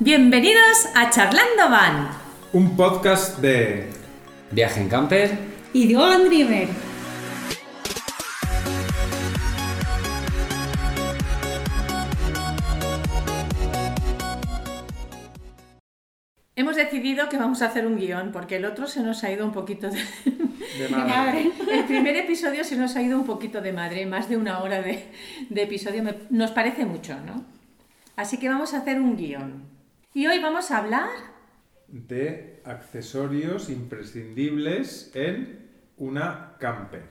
Bienvenidos a Charlando Van. Un podcast de... Viaje en camper. Y de Golden Driver. Hemos decidido que vamos a hacer un guión porque el otro se nos ha ido un poquito de... de madre. El primer episodio se nos ha ido un poquito de madre, más de una hora de, de episodio. me- Nos parece mucho, ¿no? Así que vamos a hacer un guión. Y hoy vamos a hablar de accesorios imprescindibles en una camper.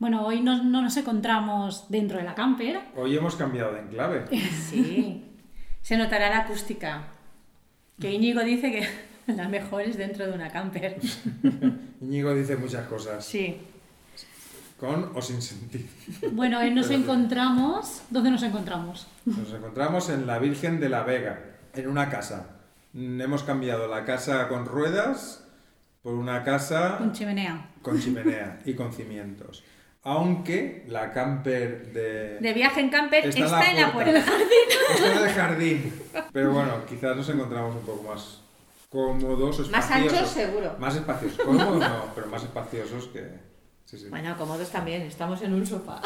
Bueno, hoy no, no nos encontramos dentro de la camper. Hoy hemos cambiado de enclave. Sí, se notará la acústica. Que Íñigo dice que la mejor es dentro de una camper. Íñigo dice muchas cosas, Sí, con o sin sentido. Bueno, hoy nos encontramos. ¿Dónde nos encontramos? Nos encontramos en la Virgen de la Vega, en una casa. Mm, Hemos cambiado la casa con ruedas por una casa Con chimenea. con chimenea y con cimientos. Aunque la camper de... de viaje en camper está, en la puerta. Está en el jardín. Pero bueno, quizás nos encontramos un poco más cómodos, espaciosos. Más anchos, seguro. Más espaciosos. Cómodos no, pero más espaciosos que... Sí, sí. Bueno, cómodos también, estamos en un sofá.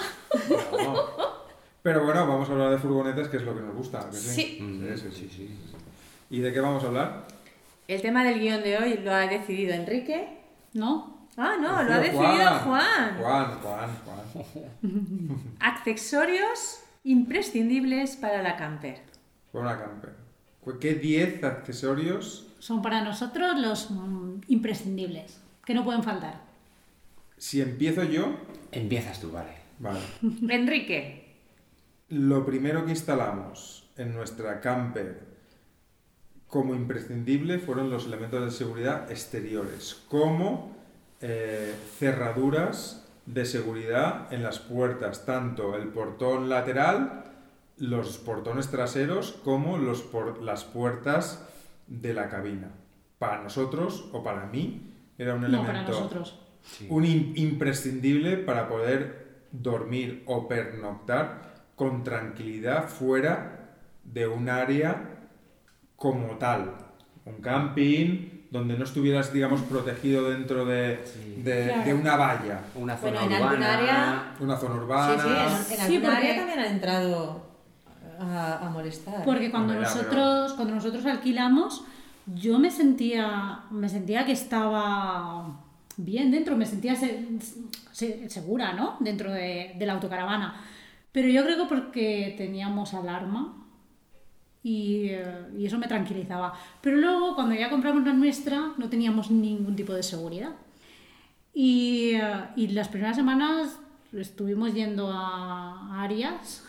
No. Pero bueno, vamos a hablar de furgonetas, que es lo que nos gusta. ¿a que Sí. Sí, sí, sí, sí. ¿Y de qué vamos a hablar? El tema del guión de hoy lo ha decidido Enrique. ¿No? Ah, no, lo ha decidido Juan. Pues Juan, Juan, Juan. Accesorios imprescindibles para la camper. Fue una camper. ¿Qué 10 accesorios? Son para nosotros los mm, imprescindibles, que no pueden faltar. Si empiezo yo... Empiezas tú, vale. Vale. Enrique, Lo primero que instalamos en nuestra camper como imprescindible fueron los elementos de seguridad exteriores, como eh, cerraduras de seguridad en las puertas, tanto el portón lateral, los portones traseros, como los por- las puertas de la cabina. Para nosotros, o para mí, era un No elemento para nosotros. un im- imprescindible para poder dormir o pernoctar con tranquilidad fuera de un área como tal. Un camping donde no estuvieras, digamos, protegido dentro de, Sí. de- Claro. de una valla, Bueno, Una zona en urbana. algún área- una zona urbana. en- en Sí, alguna porque- área también han entrado a, molestar. Porque cuando Hombre, era, pero- nosotros, cuando nosotros alquilamos, yo me sentía, me sentía que estaba bien dentro, me sentía se- se- segura, ¿no? Dentro de, de la autocaravana. Pero yo creo que porque teníamos alarma y, eh, y eso me tranquilizaba. Pero luego, cuando ya compramos la nuestra, no teníamos ningún tipo de seguridad. Y, eh, y las primeras semanas estuvimos yendo a áreas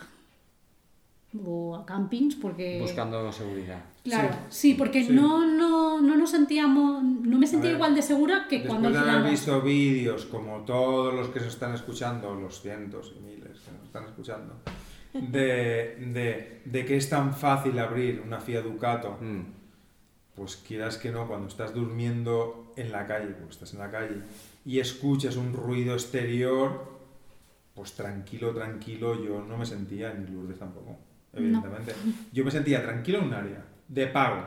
o a campings porque Buscando seguridad. Claro, sí, porque sí. No, no, no nos sentíamos, no me sentía ver, igual de segura que Después cuando de haber alquilamos. visto vídeos como todos los que se están escuchando, los cientos y miles que nos están escuchando, de, de- de que es tan fácil abrir una Fiat Ducato, Mm. pues quieras que no, cuando estás durmiendo en la calle, pues estás en la calle y escuchas un ruido exterior, pues tranquilo, tranquilo, yo no me sentía, ni Lourdes tampoco, evidentemente. Yo me sentía tranquilo en un área, de pago.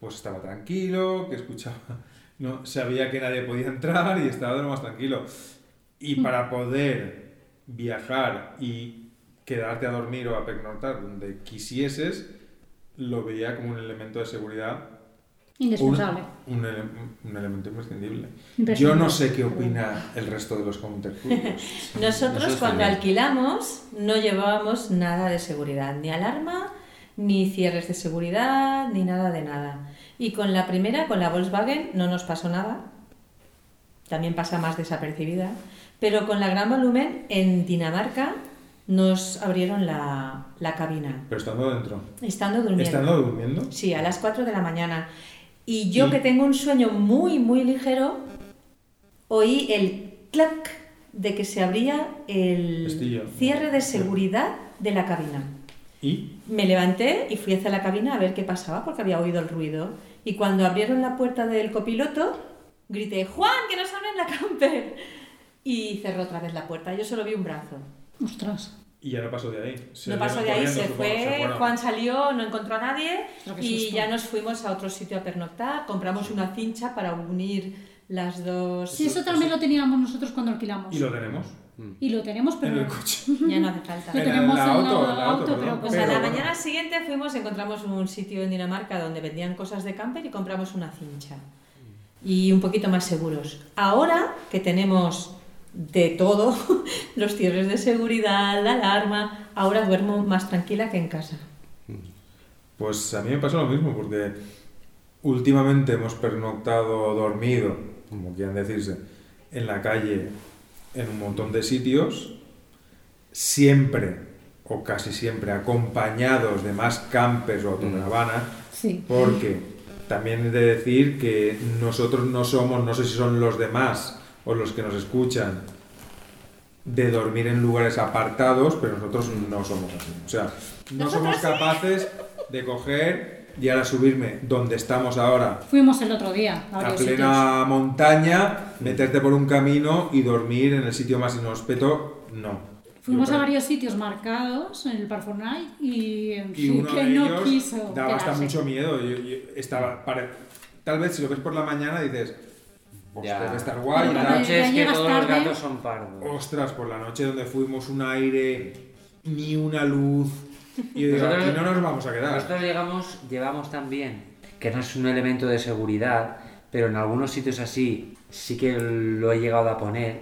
Pues estaba tranquilo, que escuchaba, no sabía que nadie podía entrar y estaba de lo más tranquilo. Y para poder viajar y quedarte a dormir o a pernoctar donde quisieses, lo veía como un elemento de seguridad Indispensable. un, un ele- un elemento imprescindible. Imprescindible. Yo no sé qué opina el resto de los contertulios. Nosotros Nosotros cuando también. alquilamos no llevábamos nada de seguridad, ni alarma, ni cierres de seguridad, ni nada de nada. Y con la primera, con la Volkswagen, no nos pasó nada. También pasa más desapercibida. Pero con la Gran Volumen en Dinamarca nos abrieron la, la cabina, Pero estando dentro. estando durmiendo. ¿Estando durmiendo? Sí, a las 4 de la mañana. Y yo Y- que tengo un sueño muy, muy ligero, oí el clac de que se abría el Pestillo. cierre de seguridad de la cabina. ¿Y? Me levanté y fui hacia la cabina a ver qué pasaba porque había oído el ruido. Y cuando abrieron la puerta del copiloto, grité, Juan, que nos abren la camper. Y cerró otra vez la puerta. Yo solo vi un brazo. Ostras. Y ya no pasó de ahí. no pasó de ahí, se fue, Juan salió, no encontró a nadie Ostras, qué y susto. ya nos fuimos a otro sitio a pernoctar, compramos una cincha para unir las dos... Sí, eso también lo teníamos nosotros cuando alquilamos. Y lo tenemos mm. Y lo tenemos, en pero el coche. Ya no hace falta. lo En la- tenemos la en la auto, en la auto, auto, perdón. Pues pero pues a Pero la bueno. mañana siguiente fuimos, encontramos un sitio en Dinamarca donde vendían cosas de camper y compramos una cincha. Y un poquito más seguros. Ahora que tenemos de todo, los cierres de seguridad, la alarma, ahora duermo más tranquila que en casa. Pues a mí me pasa lo mismo, porque últimamente hemos pernoctado, dormido, como quieran decirse, en la calle, en un montón de sitios, siempre o casi siempre acompañados de más campers o autocaravanas, Sí. porque también he de decir que nosotros no somos, no sé si son los demás o los que nos escuchan, de dormir en lugares apartados, pero nosotros no somos así. O sea, no somos capaces de coger y ahora subirme donde estamos ahora, Fuimos el otro día a a varios sitios. plena montaña, meterte por un camino y dormir en el sitio más inhóspito, no. Fuimos Yo a creo- varios sitios marcados en el Parfornay y, en y fin, uno que de no ellos quiso. daba hasta quedarse. mucho miedo. Yo- yo estaba, pare- Tal vez si lo ves por la mañana dices, Ya. ostras, debe estar guay. Pero tal. cuando noche es que llegas todos los tarde- gatos son pardos. Ostras, por la noche donde fuimos un aire, ni una luz. Y yo digo, Nosotros- aquí no nos vamos a quedar. Nosotros llegamos, llevamos también, que no es un elemento de seguridad, pero en algunos sitios así sí que lo he llegado a poner,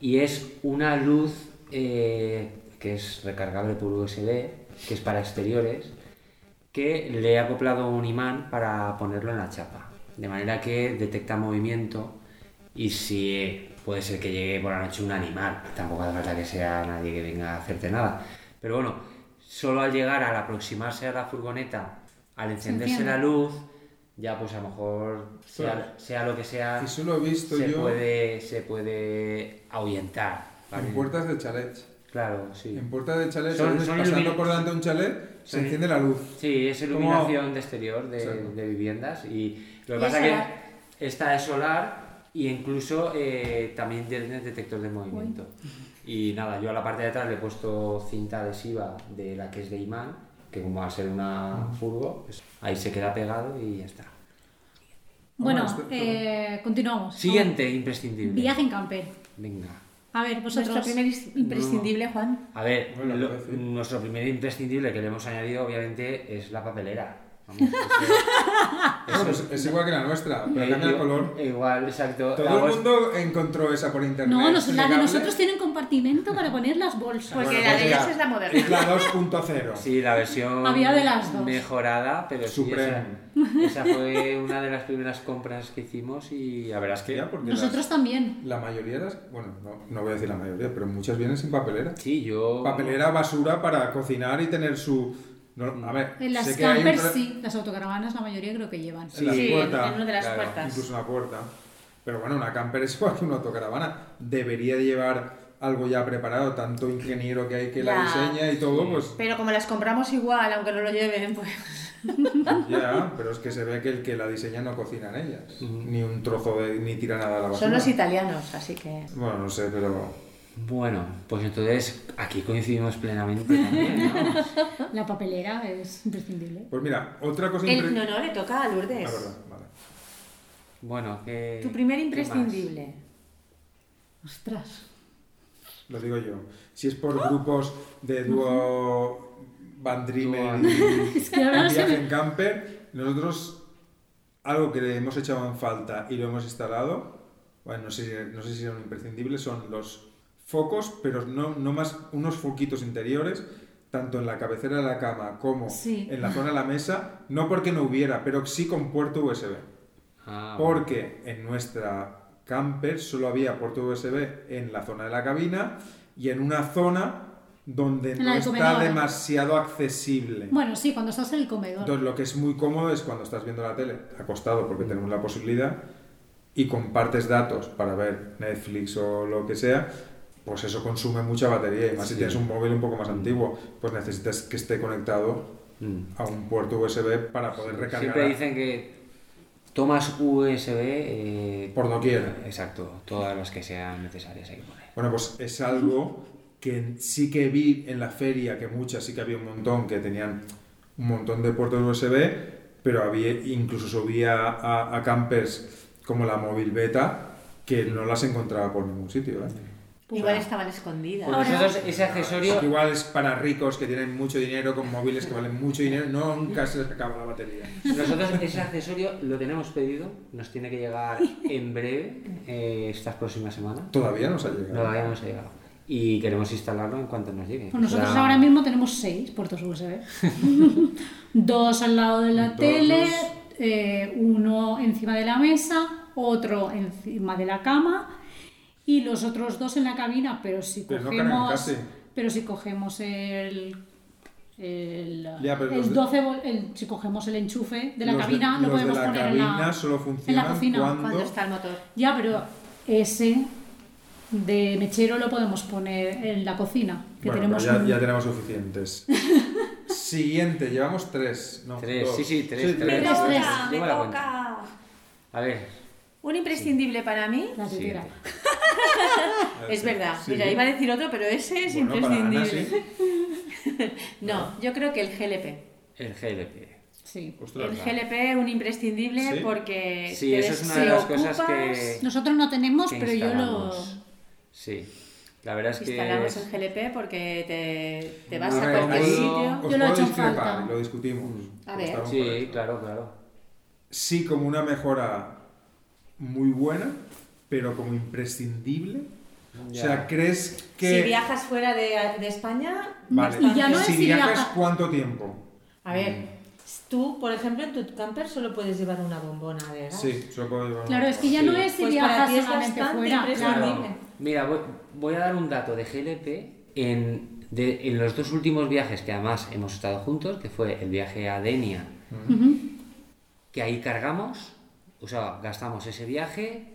y es una luz eh, que es recargable por USB, que es para exteriores, que le he acoplado un imán para ponerlo en la chapa, de manera que detecta movimiento y si eh, puede ser que llegue por la noche un animal, tampoco hace falta que sea nadie que venga a hacerte nada. Pero bueno, solo al llegar, al aproximarse a la furgoneta, al encenderse enciende. la luz, ya pues a lo mejor, sea, sea lo que sea, Eso lo he visto se yo puede, se puede ahuyentar. ¿vale? en puertas de chalets. Claro, sí. En puertas de chalets, Son- a veces son pasando ilumin- por delante de un chalet, se Sí. enciende la luz. Sí, es ¿Cómo? iluminación de exterior de, Exacto. de viviendas y lo Y que pasa es que solar. esta es solar y incluso eh, también tiene detector de movimiento. Y nada, yo a la parte de atrás le he puesto cinta adhesiva de la que es de imán, que como va a ser Mm. una furgo, pues ahí se queda pegado y ya está. Bueno, Vamos, esto- eh, continuamos. Siguiente imprescindible. Viaje en camper. Venga. A ver, vosotros. Nuestro primer is- imprescindible, Juan. A ver, Bueno, lo- parece. nuestro primer imprescindible que le hemos añadido obviamente es la papelera. Vamos, eso- Bueno, pues es igual que la nuestra, pero Eh, cambia el yo- color. Igual, exacto. Todo La el voz- mundo encontró esa por internet. No, nos- la de innegable. nosotros tienen compartimento para poner las bolsas. Porque Bueno, la pues de ya. ellos es la moderna. Es la 2.0. Sí, la versión Había de las dos. mejorada, pero sí, Supreme. Esa, esa fue una de las primeras compras que hicimos y la verdad es que... Ya, porque las- Nosotros también. La mayoría de las... Bueno, no, no voy a decir la mayoría, pero muchas vienen sin papelera. Sí, yo... Papelera, basura para cocinar y tener su... no, a ver, En las sé que hay un campers pro- sí, las autocaravanas la mayoría creo que llevan. en la Sí, puerta, en una de las claro, puertas. Incluso una puerta. Pero bueno, una camper es igual que una autocaravana. Debería de llevar algo ya preparado, tanto ingeniero que hay que la Ya. diseña y todo, pues Pero como las compramos igual, aunque no lo lleven, pues. ya, pero es que se ve que el que la diseña no cocina en ellas. Ni un trozo de... ni tira nada a la basura. Son los italianos, así que. Bueno, no sé, pero... Bueno, pues entonces aquí coincidimos plenamente también, ¿no? La papelera es imprescindible. Pues mira, otra cosa... impre- El, no, no, le toca a Ah, Lourdes. perdón, vale. Bueno, que... Tu primer ¿qué imprescindible. Ostras. Lo digo yo. Si es por grupos de dúo Van Dreamer Dúo. y que ahora no se viaje me- en camper, nosotros algo que hemos echado en falta y lo hemos instalado, bueno, no sé, si- no sé si son imprescindibles, son los focos, pero no, no más unos foquitos interiores, tanto en la cabecera de la cama como Sí. en la zona de la mesa, no porque no hubiera, pero sí con puerto USB. más? Ah, bueno. Porque en nuestra camper solo había puerto USB en la zona de la cabina y en una zona donde En no la del está comedor. demasiado accesible. Bueno, sí, cuando estás en el comedor. Entonces lo que es muy cómodo es cuando estás viendo la tele acostado porque tenemos la posibilidad y compartes datos para ver Netflix o lo que sea, pues eso consume mucha batería y más si Sí. tienes un móvil un poco más antiguo, pues necesitas que esté conectado Mm. a un puerto USB para poder recargar Siempre dicen que tomas USB... eh, por doquier. Exacto, todas las que sean necesarias hay que poner. Bueno, pues es algo que sí que vi en la feria que muchas sí que había un montón que tenían un montón de puertos USB, pero había incluso subía a, a campers como la móvil beta que no las encontraba por ningún sitio. ¿eh? Igual estaban escondidas. Porque nosotros Pues ese accesorio Es que Igual es para ricos que tienen mucho dinero con móviles que valen mucho dinero, nunca se les acaba la batería. Nosotros ese accesorio lo tenemos pedido, nos tiene que llegar en breve, eh, estas próximas semanas. Todavía no se ha llegado. Todavía no nos ha llegado. Y queremos instalarlo en cuanto nos llegue. Pues nosotros O sea, ahora mismo tenemos seis puertos USB. Dos al lado de la Dos. tele, eh, uno encima de la mesa, otro encima de la cama y los otros dos en la cabina, pero si Pero no cogemos... cargan casi. pero si cogemos el... El, Ya, pero el los de- 12 vol- el- si cogemos el enchufe de la Los de- cabina los lo de podemos la poner en cabina la, solo en la funcionan cocina cuando- Cuando está el motor. ya pero ese de mechero lo podemos poner en la cocina que Bueno, tenemos pero ya, un- ya tenemos suficientes. Siguiente, llevamos tres. No, Tres, dos. sí, sí, tres, tres. Me Pero es tres. toca, me Lleva la cuenta. toca. A ver, Un imprescindible para mí. la tetera. siguiente. Es verdad, Sí. mira, iba a decir otro, pero ese es Bueno, para Ana, imprescindible. no, yo creo que el GLP. el GLP. Sí. Ostras, el va. GLP es un imprescindible ¿Sí? porque. Sí, te eso es una de se las cosas ocupas, que- Nosotros no tenemos, que pero yo lo. instalamos. Sí, la verdad es que... Instalamos el GLP porque te, te vas No, a no, cualquier ahí- sitio. Os Yo lo he puedo hecho en discrepar, falta. lo discutimos. A ver. Estamos por Sí, eso. claro, claro. Sí, como una mejora muy buena, pero como imprescindible. Ya. O sea, ¿crees que. Si viajas fuera de, de España, Vale. Y ya no es si si viajas, viaja- ¿cuánto tiempo? a Mm. ver, tú, por ejemplo, en tu camper solo puedes llevar una bombona de gas. Sí, solo puedo llevar una Claro, es que ya Sí. no es si Pues para viajas ti es solamente bastante fuera. imprescindible. Claro. Claro. Mira, voy, voy a dar un dato de GLP en, de- en los dos últimos viajes que además hemos estado juntos, que fue el viaje a Denia, que ahí cargamos, o sea, gastamos ese viaje.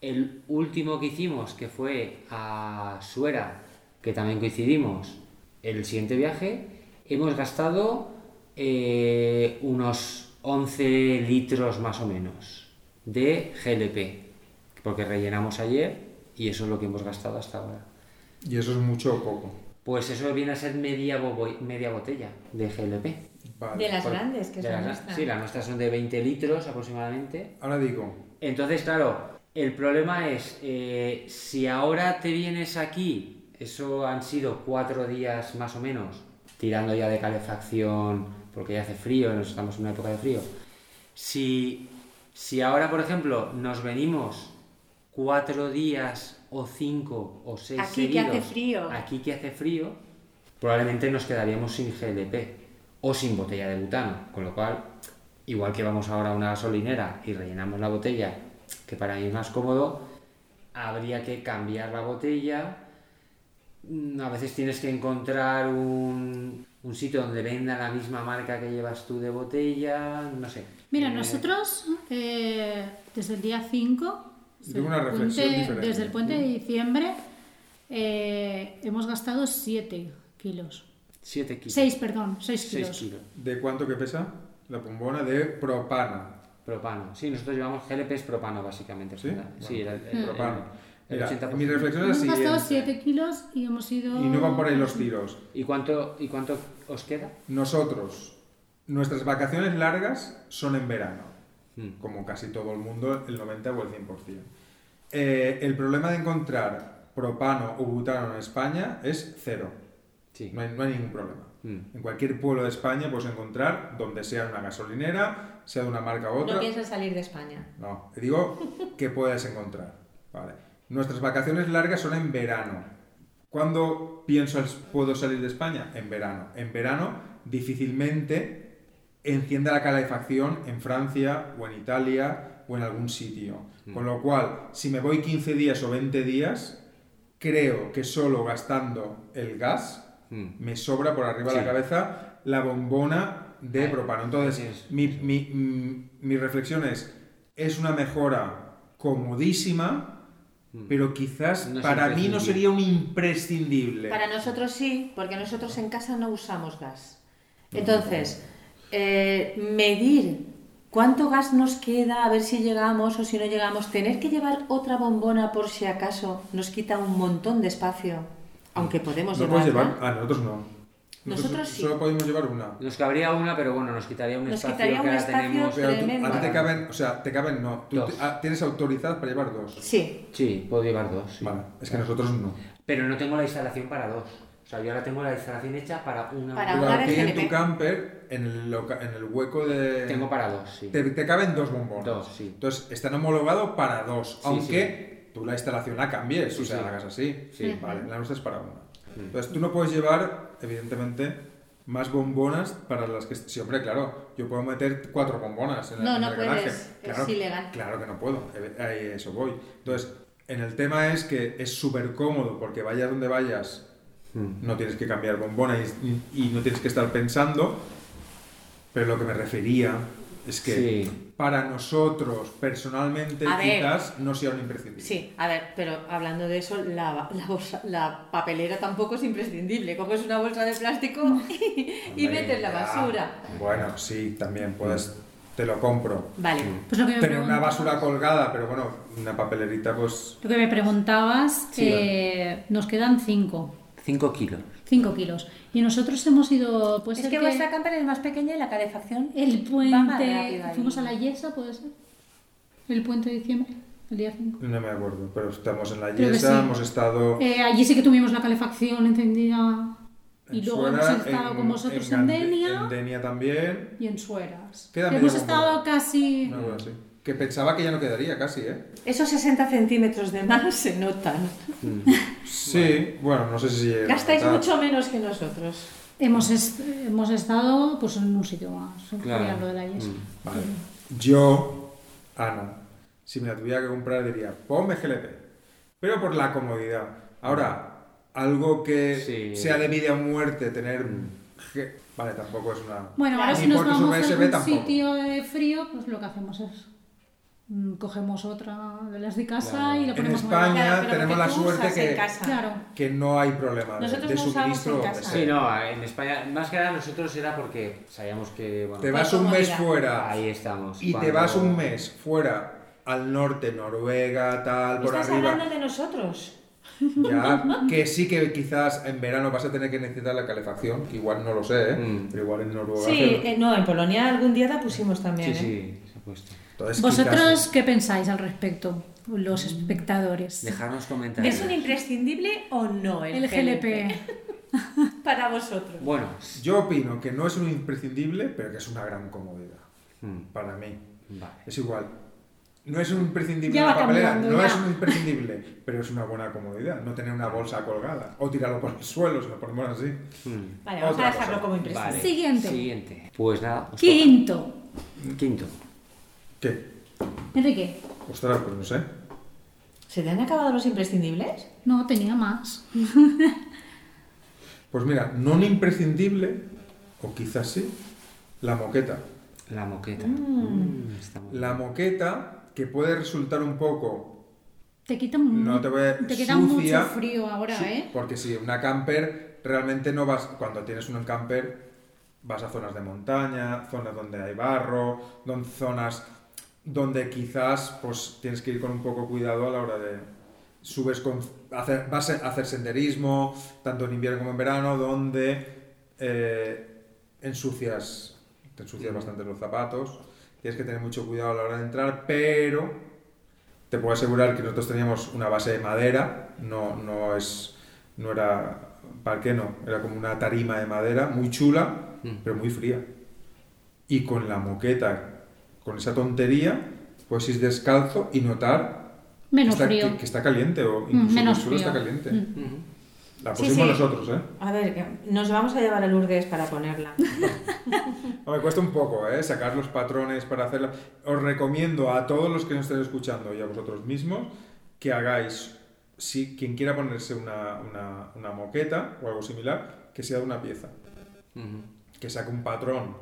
El último que hicimos, que fue a Suera, que también coincidimos, el siguiente viaje, hemos gastado eh, unos 11 litros más o menos de GLP, porque rellenamos ayer y eso es lo que hemos gastado hasta ahora. Y eso es mucho o poco. Pues eso viene a ser media, bobo- media botella de GLP. Vale, De las vale. grandes, que De son las- nuestras. sí, las nuestras son de 20 litros aproximadamente. Ahora digo, Entonces, claro, el problema es, eh, si ahora te vienes aquí, eso han sido cuatro días más o menos, tirando ya de calefacción, porque ya hace frío, nos estamos en una época de frío. Si, si ahora, por ejemplo, nos venimos cuatro días o cinco o seis Aquí que hace seguidos, frío. aquí que hace frío, probablemente nos quedaríamos sin GLP o sin botella de butano, con lo cual, igual que vamos ahora a una gasolinera y rellenamos la botella, que para mí es más cómodo, habría que cambiar la botella. Mm, A veces tienes que encontrar un, un sitio donde venda la misma marca que llevas tú de botella, no sé. Mira, Eh, nosotros eh, desde el día 5, desde, Tengo el una reflexión puente- diferente. Mm. desde el puente de diciembre, eh, hemos gastado 7 kilos. siete kilos. 6, perdón, 6 Seis kilos. kilos. ¿de cuánto que pesa? La bombona de propana. Propano. Sí, nosotros llevamos GLPs propano, básicamente. ¿Sí? ¿verdad? Sí, Bueno, el, Mm. el- el- propano. el Mira, 80%. mi reflexión Hemos es la gastado siguiente. 7 kilos y hemos ido. Y no van por ahí los tiros. ¿Y cuánto, ¿Y cuánto os queda? Nosotros, nuestras vacaciones largas son en verano, Mm. como casi todo el mundo, el 90 o el 100%. Eh, el problema de encontrar propano o butano en España es cero. Sí. No hay, no hay ningún problema. Mm. En cualquier pueblo de España puedes encontrar donde sea una gasolinera, sea de una marca u otra. No piensas salir de España. No, te digo que puedes encontrar. Vale. Nuestras vacaciones largas son en verano. ¿Cuándo pienso es- puedo salir de España? En verano. En verano difícilmente encienda la calefacción en Francia o en Italia o en algún sitio. Con lo cual, si me voy 15 días o 20 días, creo que solo gastando el gas Mm. me sobra por arriba de Sí. la cabeza la bombona de Ah, propano. Entonces, tienes- mi, mi- mm, mi reflexión es, es una mejora comodísima, pero quizás Mm. No es para mí no imprescindible. sería un imprescindible. Para nosotros sí, porque nosotros en casa no usamos gas. Entonces, eh, medir cuánto gas nos queda, a ver si llegamos o si no llegamos, tener que llevar otra bombona por si acaso nos quita un montón de espacio Aunque podemos No llevar. podemos llevar. Ah, nosotros no. Nosotros sí. Solo podemos llevar una. Nos cabría una, pero bueno, nos quitaría un Nos espacio quitaría que un ahora espacio tenemos. Pero tú- Tremendo. a ti te caben, o sea, te caben no. Tú Dos. te- ah, tienes autorizadas para llevar dos. Sí, Sí, puedo llevar dos. sí. Vale, es que nosotros no. Pero no tengo la instalación para dos. O sea, yo ahora tengo la instalación hecha para una. Para Pero una aquí en GNP. tu camper, en el, loca- en el hueco de. Tengo para dos, sí. Te, te caben dos bombones. Dos, sí. Entonces, están homologados para dos. aunque tú la instalación la cambies, Sí, o sea, sí. la hagas así. Sí. Mm. Vale, la nuestra es para una. Entonces, tú no puedes llevar, evidentemente, más bombonas para las que. Sí, hombre, claro. Yo puedo meter cuatro bombonas en, la- No, en no el puedes, garaje. es Claro, ilegal. Claro que no puedo. eh, eh, Eso voy. Entonces, en el tema es que es súper cómodo porque vayas donde vayas. No tienes que cambiar bombona y, y no tienes que estar pensando, pero lo que me refería es que Sí. para nosotros personalmente A ver. quizás no sea un imprescindible. sí. A ver, pero hablando de eso, la, la, bolsa- la papelera tampoco es imprescindible. Coges una bolsa de plástico y, y Hombre, metes la Ah, basura. Bueno, sí, también puedes, te lo compro. Vale. Pues lo que me Tener una pregunta- basura colgada, pero bueno, una papelerita pues... Lo que me preguntabas, eh, nos quedan 5, Cinco kilos. 5 kilos. Y nosotros hemos ido, pues es que, vuestra camper es más pequeña y la calefacción el va más rápido puente, ahí. fuimos a la Yesa, puede ser, el puente de diciembre, el día 5. No me acuerdo, pero estamos en la Creo que Yesa, sí. hemos estado... Eh, allí sí que tuvimos la calefacción encendida y en luego Suera, hemos estado con vosotros en, Gande- Denia En Denia también. y en Sueras. Queda medio hemos bombón. estado casi... Una cosa así. Que pensaba que ya no quedaría casi, ¿eh? Esos 60 centímetros de más se notan. Mm. Sí, bueno, no sé si... era Gastáis fatal. mucho menos que nosotros. Hemos, est- hemos estado pues en un sitio más, Claro. sería lo de la Yesa. Mm. Vale. Yo, Ana, si me la tuviera que comprar diría, ponme GLP. Pero por la comodidad. Ahora, algo que Mm. Sí. Mm. sea de vida o muerte, tener... G- Vale, tampoco es una... Bueno, Claro. ahora si Ni nos porque vamos a USB algún tampoco. sitio de frío, pues lo que hacemos es mm, cogemos otra de las de casa Claro. y la En ponemos España- en la- Claro, tenemos la suerte que- Claro. Que no hay problema de, Nosotros de no usamos suministro. pues, en o que casa. sea. Sí, no, en España, más que nada nosotros era porque sabíamos que. Bueno, Te vas un mes comodidad. fuera ahí estamos. y te Cuando- vas un mes fuera al norte, Noruega, tal, por Estás arriba. hablando de nosotros. Ya, que sí que quizás en verano vas a tener que necesitar la calefacción, que igual no lo sé, ¿eh? Mm. pero igual en Noruega. Sí, eh, no, en Polonia algún día la pusimos también. Sí, ¿eh? sí, se ha puesto. Entonces, ¿Vosotros quizás- qué pensáis al respecto, Mm. los espectadores? Dejarnos comentarios. ¿Es un imprescindible o no el, El GLP. Para vosotros. Bueno, Yo opino que no es un imprescindible, pero que es una gran comodidad. mm, Para mí. vale. Es igual. No es un imprescindible Ya la va papelera, cambiando, no ya. es un imprescindible, pero es una buena comodidad. No tener una bolsa colgada. O tirarlo por el suelo, si lo ponemos así. mm, Vale, vamos Otra a dejarlo cosa. como vale. imprescindible. Siguiente. Siguiente. Pues nada. os Quinto. toca. Quinto. ¿Qué? Enrique, Ostras, pues no sé. ¿Se te han acabado los imprescindibles? no tenía más. Pues mira, no un imprescindible, o quizás sí, la moqueta. La moqueta. Mm, está muy La moqueta, que puede resultar un poco Te quita, un- No te voy a- te quita sucia. mucho frío ahora, Sí, ¿eh? Porque si una camper, realmente no vas, cuando tienes un camper, vas a zonas de montaña, zonas donde hay barro, don- zonas donde quizás pues tienes que ir con un poco cuidado a la hora de subes con hacer, vas a hacer senderismo, tanto en invierno como en verano, donde eh, ensucias, te ensucias bastante los zapatos, tienes que tener mucho cuidado a la hora de entrar, pero te puedo asegurar que nosotros teníamos una base de madera, no, no es. no era. parque no, era como una tarima de madera muy chula, Mm. pero muy fría. Y con la moqueta, con esa tontería, puedes ir descalzo y notar Menos que, está, frío. Mm, que- que está caliente o incluso menos que el suelo frío. está caliente. Mm. bien. Mm. La Sí, pusimos sí. nosotros, ¿eh? A ver, que nos vamos a llevar a Lourdes para ponerla. No, me cuesta un poco, ¿eh? Sacar los patrones para hacerla. Os recomiendo a todos los que nos estén escuchando y a vosotros mismos que hagáis, si quien quiera ponerse una, una- una moqueta o algo similar, que sea de una pieza. Ujú. Que saque un patrón,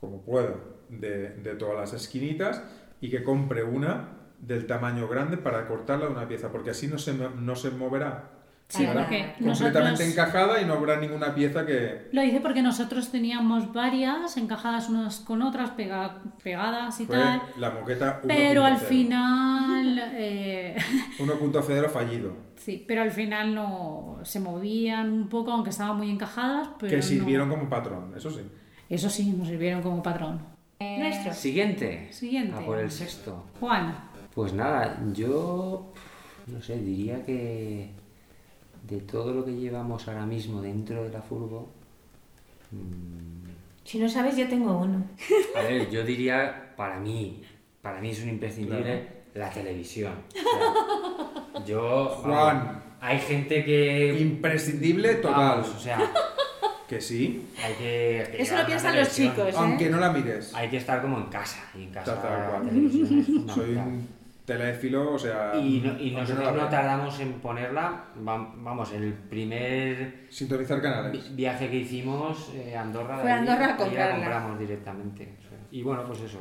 como pueda, de, de todas las esquinitas y que compre una del tamaño grande para cortarla de una pieza, porque así no se, mo- no se moverá. Sí, Ahora, porque Completamente nosotros... encajada y no habrá ninguna pieza que... Lo hice porque nosotros teníamos varias encajadas unas con otras, pega- pegadas y Fue tal. la moqueta 1.0. Pero al final. eh, 1.0 fallido. sí, pero al final no. Se movían un poco, aunque estaban muy encajadas. Pero que no. sirvieron como patrón, eso sí. Eso sí, nos sirvieron como patrón. Eh, Nuestro. Siguiente. Siguiente. A por el sexto. Juan, Pues nada, yo no sé, diría que de todo lo que llevamos ahora mismo dentro de la furgo, Si no sabes, yo tengo uno. a ver, yo diría para mí, para mí es un imprescindible la televisión. O sea, yo, Juan. vamos, hay gente que Imprescindible total. vamos, o sea, Que sí, hay que, hay que Eso llevar lo una piensan los televisión. chicos, aunque ¿eh? no la mires. Hay que estar como en casa y en casa Tal cual. la televisión es Soy fundamental. un teléfilo, o sea... Y, no- y aunque nosotros la no vea. tardamos en ponerla, vam- vamos, el primer Sintonizar vi- canales. viaje que hicimos, eh, Andorra, de Fue a allí, Andorra a allí la comprarla. compramos directamente. eso es. Y bueno, pues eso,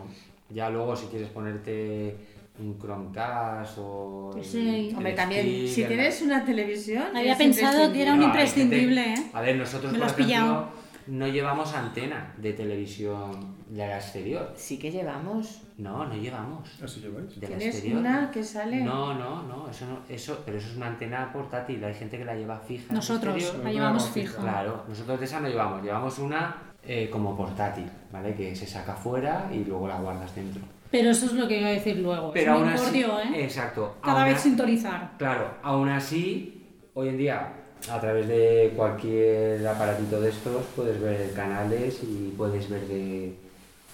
ya luego si quieres ponerte un Chromecast o... el- Sí. el Hombre, también, stick, si el- tienes una televisión. Había es pensado que era un No, hay imprescindible, gente- ¿eh? A ver, nosotros, por Me lo has ejemplo, pillado. no llevamos antena de televisión de la exterior. Sí que llevamos. No, no llevamos. Así lleváis. De la Tienes exterior. una que sale. No, no, no, eso no, eso, pero eso es una antena portátil, hay gente que la lleva fija. en el nosotros exterior. la no llevamos la vamos a fija. Claro, nosotros de esa no llevamos, llevamos una eh, como portátil, ¿vale? Que se saca fuera y luego la guardas dentro. Pero eso es lo que iba a decir luego. Pero es un aún así, incordio, ¿eh? exacto. Cada aún vez a- sintonizar. Claro, aún así, hoy en día, a través de cualquier aparatito de estos, puedes ver canales y puedes ver de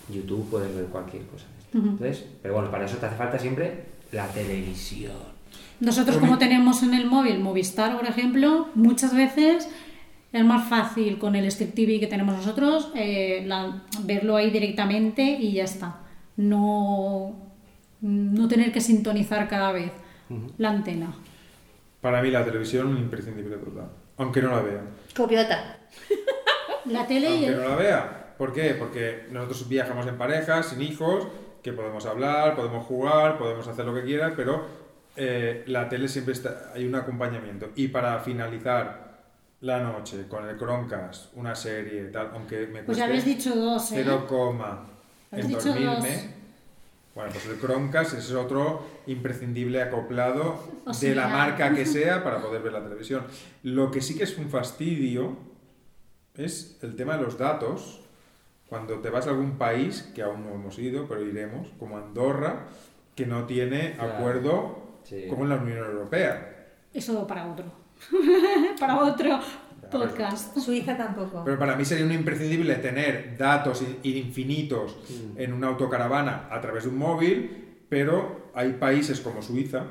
YouTube, puedes ver cualquier cosa. de esto. Ujú. Entonces, pero bueno, para eso te hace falta siempre la televisión. Nosotros como tenemos en el móvil Movistar, por ejemplo, muchas veces es más fácil con el Stick TV que tenemos nosotros eh, la- verlo ahí directamente y ya está. No, no tener que sintonizar cada vez la antena. Para mí la televisión un imprescindible total. Aunque no la vea. Copiota. La tele y Aunque el... no la vea. ¿Por qué? Porque nosotros viajamos en parejas, sin hijos, que podemos hablar, podemos jugar, podemos hacer lo que quieras, pero eh, la tele siempre está, hay un acompañamiento. Y para finalizar la noche con el Croncast, una serie, tal, aunque me cueste Pues ya habéis dicho dos, ¿eh? cero coma Habéis en dicho dos. dormirme. Bueno, pues el Croncast es otro imprescindible acoplado O de la sea. marca que sea para poder ver la televisión. Lo que sí que es un fastidio es el tema de los datos. Cuando te vas a algún país, que aún no hemos ido, pero iremos, como Andorra, que no tiene Claro. acuerdo Sí. con la Unión Europea. Eso para otro. para otro podcast. Suiza tampoco. Pero para mí sería un imprescindible tener datos in- infinitos Mm. en una autocaravana a través de un móvil, pero hay países como Suiza,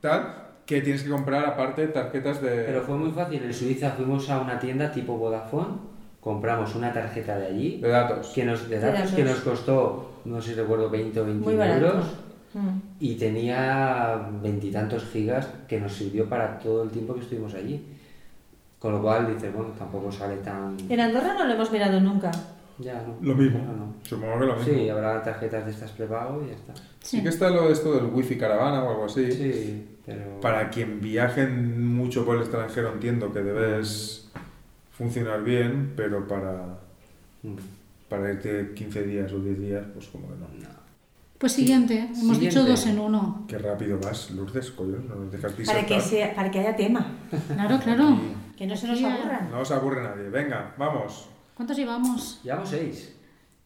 tal, que tienes que comprar aparte tarjetas de... Mm. Pero fue muy fácil, en Suiza fuimos a una tienda tipo Vodafone, compramos una tarjeta de allí, de datos. que nos, de De datos, que datos. nos costó, no sé si recuerdo, 20 o 21 Muy barato. euros. Mm. y tenía veintitantos gigas que nos sirvió para todo el tiempo que estuvimos allí. Con lo cual dices, bueno, tampoco sale tan. En Andorra no lo hemos mirado nunca. Ya, ¿no? Lo mismo. No, no. Supongo que lo mismo. Sí, habrá tarjetas de estas prepago y ya está. Sí. que está lo de esto del wifi caravana o algo así. Sí, pero. Para quien viaje mucho por el extranjero entiendo que debes funcionar bien, pero para, Mm. para irte 15 días o 10 días, pues como que no. Pues siguiente, hemos Siguiente. dicho dos en uno. Qué rápido vas, Lourdes, coño, no nos dejas Para disertar. que, sea, para que haya tema. Claro, claro. Que no se nos Aquí, aburran. No os aburre nadie. Venga, vamos. ¿Cuántos llevamos? Llevamos seis.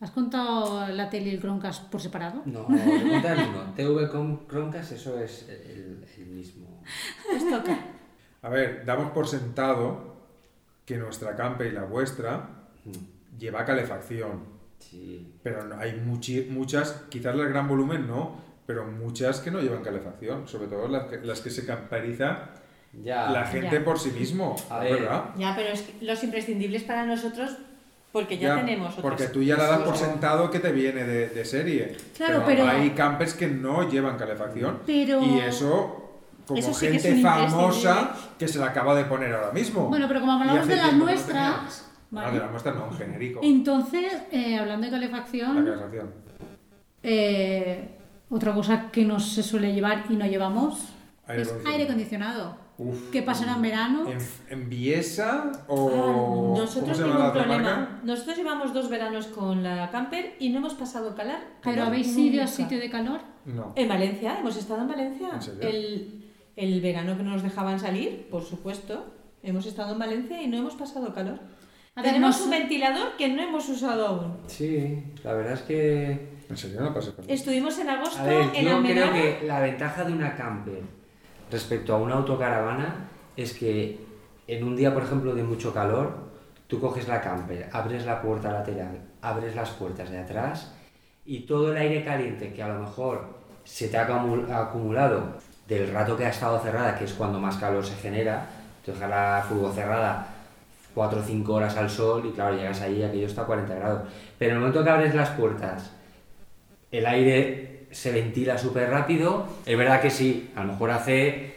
¿Has contado la tele y el Chromecast por separado? No, te cuentan uno. TV con Chromecast, eso es el, el mismo. Nos toca. A ver, damos por sentado que nuestra campe y la vuestra Mm. lleva calefacción. Sí. Pero no- hay muchi- muchas, quizás las gran volumen no, pero muchas que no llevan calefacción. Sobre todo las que, las que se camperiza Ya. la gente por sí mismo. Ah. A es ver. ¿verdad? Ya, pero es que los imprescindibles para nosotros, porque ya, tenemos otros. Porque tú ya la das por Sí. sentado que te viene de, de serie. Claro, pero- Hay campers que no llevan calefacción. Pero- Y eso, como Eso sí que es gente un famosa que se la acaba de poner ahora mismo. Bueno, pero como Y hablamos hace de las tiempo que no nuestras, tenías. No, ¿vale? de las nuestras no, en genérico. Entonces, eh, hablando de La calefacción, calefacción. eh, otra cosa que no se suele llevar y no llevamos Aire es acondicionado. Pues, aire acondicionado. Uf. ¿Qué pasará en verano? ¿En, en Viesa o Ah, cómo nosotros se llama la ningún otra problema. marca? Nosotros llevamos dos veranos con la camper y no hemos pasado a calar. ¿Pero habéis nunca. ido a sitio de calor? No. En Valencia, hemos estado en Valencia. ¿En serio? El, el verano que no nos dejaban salir, por supuesto, hemos estado en Valencia y no hemos pasado calor. A ver, Tenemos nos- un ventilador que no hemos usado aún. Sí, la verdad es que En serio no pasa nada. Estuvimos en agosto A ver, en yo Almenara. creo que la ventaja de una camper respecto a una autocaravana es que en un día, por ejemplo, de mucho calor, tú coges la camper, abres la puerta lateral, abres las puertas de atrás y todo el aire caliente que a lo mejor se te ha acumu- ha acumulado del rato que ha estado cerrada, que es cuando más calor se genera, tú dejas la furgo cerrada 4 o 5 horas al sol y claro, llegas allí y aquello está a 40 grados. Pero en el momento que abres las puertas el aire se ventila súper rápido. Es verdad que sí, a lo mejor hace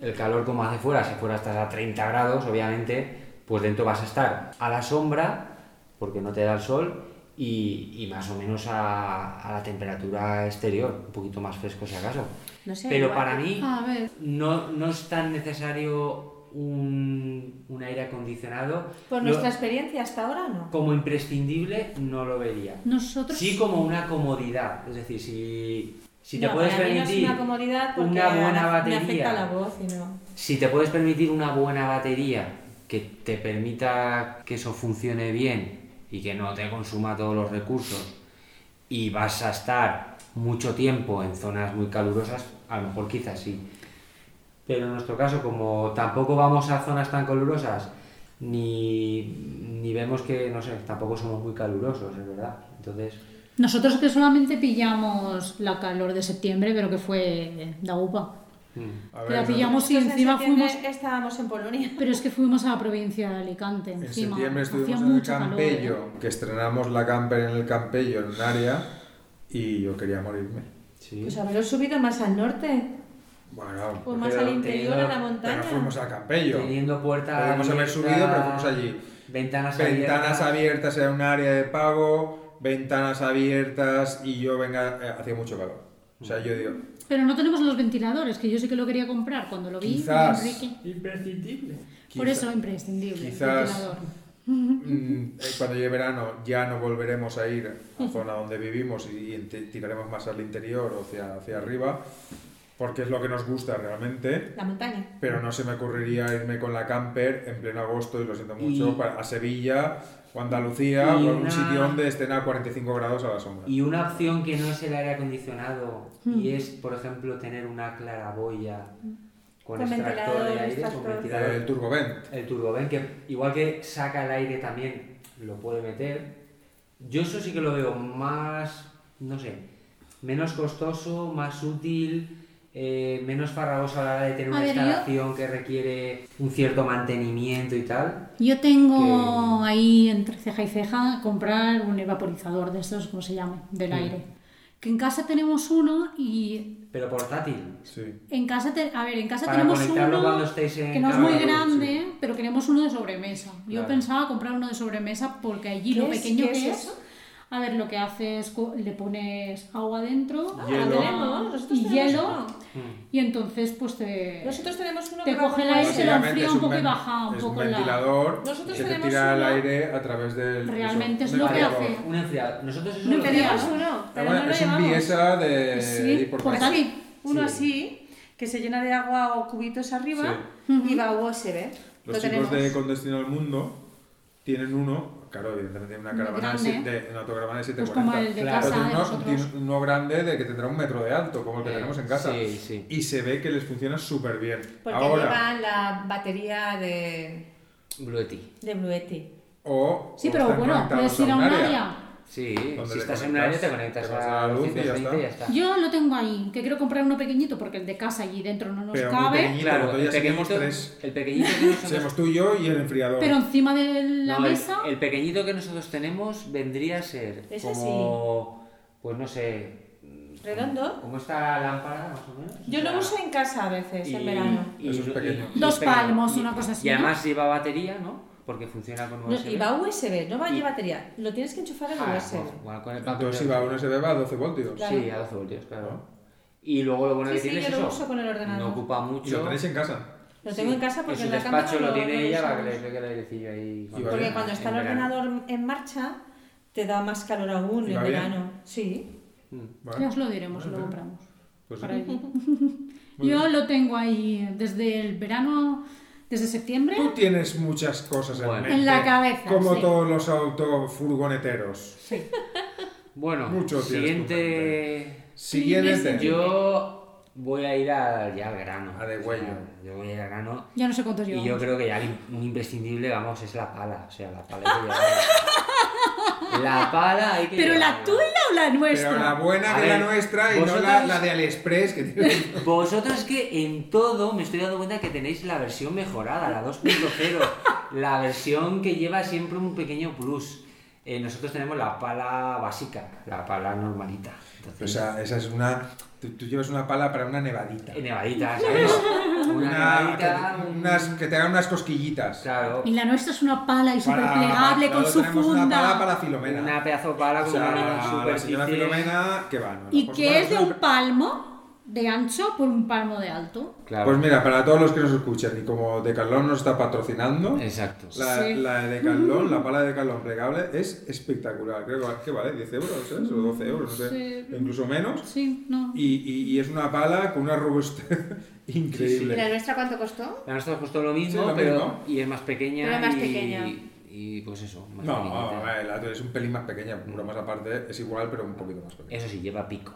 el calor como hace fuera, si fuera estás a 30 grados, obviamente, pues dentro vas a estar a la sombra, porque no te da el sol, y, y más o menos a, a la temperatura exterior, un poquito más fresco si acaso. No sé, Pero igual para que- mí A ver, no, no es tan necesario un, un aire acondicionado. Por Lo- nuestra experiencia hasta ahora no. Como imprescindible no lo vería. nosotros... Sí, como una comodidad. Es decir, si, si te No, puedes para mí no es permitir una comodidad porque una buena a- me afecta batería. la voz y no. Si te puedes permitir una buena batería que te permita que eso funcione bien y que no te consuma todos los recursos y vas a estar mucho tiempo en zonas muy calurosas, a lo mejor quizás sí. Pero en nuestro caso, como tampoco vamos a zonas tan calurosas, ni, ni vemos que, no sé, tampoco somos muy calurosos, es verdad. Entonces, Nosotros que solamente pillamos la calor de septiembre, pero que fue la UPA. mm, A que la ver, pillamos y Nosotros en encima septiembre fuimos... Estábamos en Polonia. Pero es que fuimos a la provincia de Alicante. En Encima. septiembre estuvimos Hacía en el mucho calor, ¿eh? Campello, que estrenamos la camper en el Campello, en un área, y yo quería morirme. sí. Pues haberos subido más al norte Bueno, o Pues más Pero al interior, teniendo- a la pero montaña. no fuimos al Campello. Teniendo puertas. Podríamos haber subido, pero fuimos allí. Ventanas Ventanas abiertas. abiertas era un área de pago, ventanas abiertas, y yo, venga, eh, hacía mucho calor. O sea, yo digo, Pero no tenemos los ventiladores, que yo sí que lo quería comprar cuando lo vi. Quizás. Enrique. Imprescindible. Por quizá- eso, imprescindible. quizás- ventilador. Mm, eh, cuando llegue verano ya no volveremos a ir a zona donde vivimos y ent- tiraremos más al interior o hacia, hacia arriba, porque es lo que nos gusta realmente. La montaña. Pero no se me ocurriría irme con la camper en pleno agosto, y lo siento mucho, Y- para- a Sevilla o Andalucía Y o a un una- sitio donde estén a 45 grados a la sombra. Y una opción que no es el aire acondicionado y es, por ejemplo, tener una claraboya con, Con extractor de ventilador, aire, con extractor. ventilador. El turbovent. El turbovent, que igual que saca el aire también lo puede meter. Yo eso sí que lo veo más, no sé, menos costoso, más útil, eh, menos farragoso a la hora de tener A una ver, yo- instalación que requiere un cierto mantenimiento y tal. Yo tengo ahí entre ceja y ceja comprar un evaporizador de estos, como se llame, del aire. Que en casa tenemos uno y Pero portátil. Sí. En casa, te- a ver, en casa Para tenemos conectarlo uno cuando estéis en que no es cada muy uno, grande, pero queremos uno de sobremesa. Yo Claro. pensaba comprar uno de sobremesa porque allí ¿Qué lo es- pequeño qué es que es, eso? a ver, lo que haces, co- le pones agua dentro, Hielo. agua Ah, Tenemos, nosotros y tenemos hielo, uno. Mm. y entonces pues te... Nosotros tenemos uno Te que va coge con la una- aire. se lo enfría Básicamente es un poco y ven- baja un es poco un la- ventilador Nosotros que te tenemos tira el uno- aire a través del... Realmente eso, es lo un que variador. hace. Un enfriado. Nosotros eso Un lo enfriado. tenemos. Tenemos uno, Ah, pero bueno, no lo es un llevamos. biesa de pues, Sí, ir Eh, por portátil. casa. Así, uno así, que se llena de agua o cubitos arriba y va USB. Los lo chicos tenemos. de Con Destino al Mundo tienen uno, claro, evidentemente una Muy caravana de, grande. siete- de- una autocaravana de Pues como 740. el de Claro, casa Pero tiene de uno, nosotros. tiene uno grande de que tendrá un metro de alto, como el que Eh, tenemos en casa. sí, sí. Y se ve que les funciona súper bien. Porque Ahora, lleva la batería de, Bluetooth. de Blue Yeti. o, Sí, o pero están bueno, conectados puedes a ir a un área. Sí, Donde si le estás en un área te conectas, conectas te vas a, a la luz y ya 220 y ya está. Yo lo tengo ahí, que quiero comprar uno pequeñito porque el de casa allí dentro no nos Pero muy cabe, pequeñito, Claro, nosotros el ya seguimos pequeñito, tres. el pequeñito que nosotros Somos tú, yo y el enfriador. pero encima de la No, el- mesa... El, pequeñito que nosotros tenemos vendría a ser Ese como, pues no sé, mm, Redondo. como esta lámpara más o menos. Yo O sea, lo uso en casa a veces, en y- verano. y- Eso es y- pequeño. y- Dos y pequeño. palmos, Y- una cosa así, Y ¿no? además lleva batería, ¿no? Porque funciona con No, USB. y va USB, no va Y- ni batería. Lo tienes que enchufar al Ah, USB. pues, igual con el pack Entonces de- si va a un USB va a 12 voltios. Claro. Sí, a 12 voltios, claro. Y luego lo bueno Sí, que sí, tiene yo es lo eso. uso con el ordenador. No ocupa Y lo mucho. tenéis en casa. Lo tengo en casa porque en su la cámara despacho lo tiene ella, va que usamos. le que le decillo ahí. Y va a Porque Verano, cuando está el en verano. ordenador en marcha, te da más calor aún Y en va bien. verano. Sí. Mm. ¿Vale? Ya os lo diremos, Vale, lo vale. compramos. Pues para sí. allí. Muy Yo bien. lo tengo ahí desde el verano, desde septiembre. Tú tienes muchas cosas en, Bueno. mente, En la cabeza, Como sí. todos los autofurgoneteros. Bueno, Mucho tienes siguiente. Siguiente. Yo voy a ir al, ya al grano. A de huello. O sea, yo voy a ir al grano. Ya no sé cuántos Y llevamos. yo creo que ya el- un imprescindible, vamos, es la pala. O sea, la pala hay que llevarla. La pala hay que ¿Pero la llevarla. tuya o la nuestra? Pero la buena A que es la ver, nuestra y no la, vosotros- la de Aliexpress que tiene- Vosotros que en todo me estoy dando cuenta que tenéis la versión mejorada, la 2.0, la versión que lleva siempre un pequeño plus. Eh, nosotros tenemos la pala básica, la pala normalita. O Entonces, sea, esa es una. Tú, tú llevas una pala para una nevadita. eh, nevadita, ¿sabes? Una, Una- nevadita, que, un- unas, que te hagan unas cosquillitas. claro, Y la nuestra es una pala y súper Para- plegable para- con su tenemos funda. Una pala para Filomena. una pedazo de pala o con sea, una la, la señora superficie- Filomena, que va. no, no, Y pues que bueno, es de una- un palmo de ancho por un palmo de alto. Claro, Pues mira, para todos los que nos escuchan, y como Decathlon nos está patrocinando, exacto. la, Sí. la de Decathlon, la pala de Decathlon plegable es espectacular. Creo que va- que vale 10 euros, ¿eh? o 12 euros, no sé, Sí. o incluso menos. Sí, no. Y, y- y es una pala con una robustez ¿Y increíble. la nuestra cuánto costó? La nuestra es justo lo mismo, Sí, lo pero mismo. y es más pequeña. Pero es más y, pequeña. y pues eso, más No, pequeñita. a ver, la tuya es un pelín más pequeña, por lo más aparte es igual, pero un poquito más pequeña. Eso sí, lleva pico.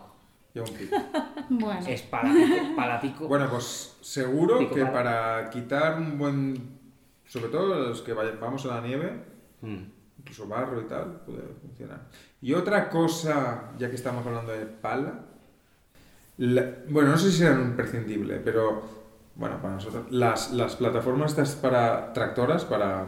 Lleva un pico. Ah, Bueno, Es para pico, para pico. Bueno, pues seguro Pico que pala. para quitar un buen. Sobre todo los que vaya- vamos a la nieve, Mm. incluso pues, barro y tal, puede funcionar. Y otra cosa, ya que estamos hablando de pala, la- bueno, no sé si serán imprescindible, pero bueno, para nosotros, las, las plataformas estas para tractoras, para...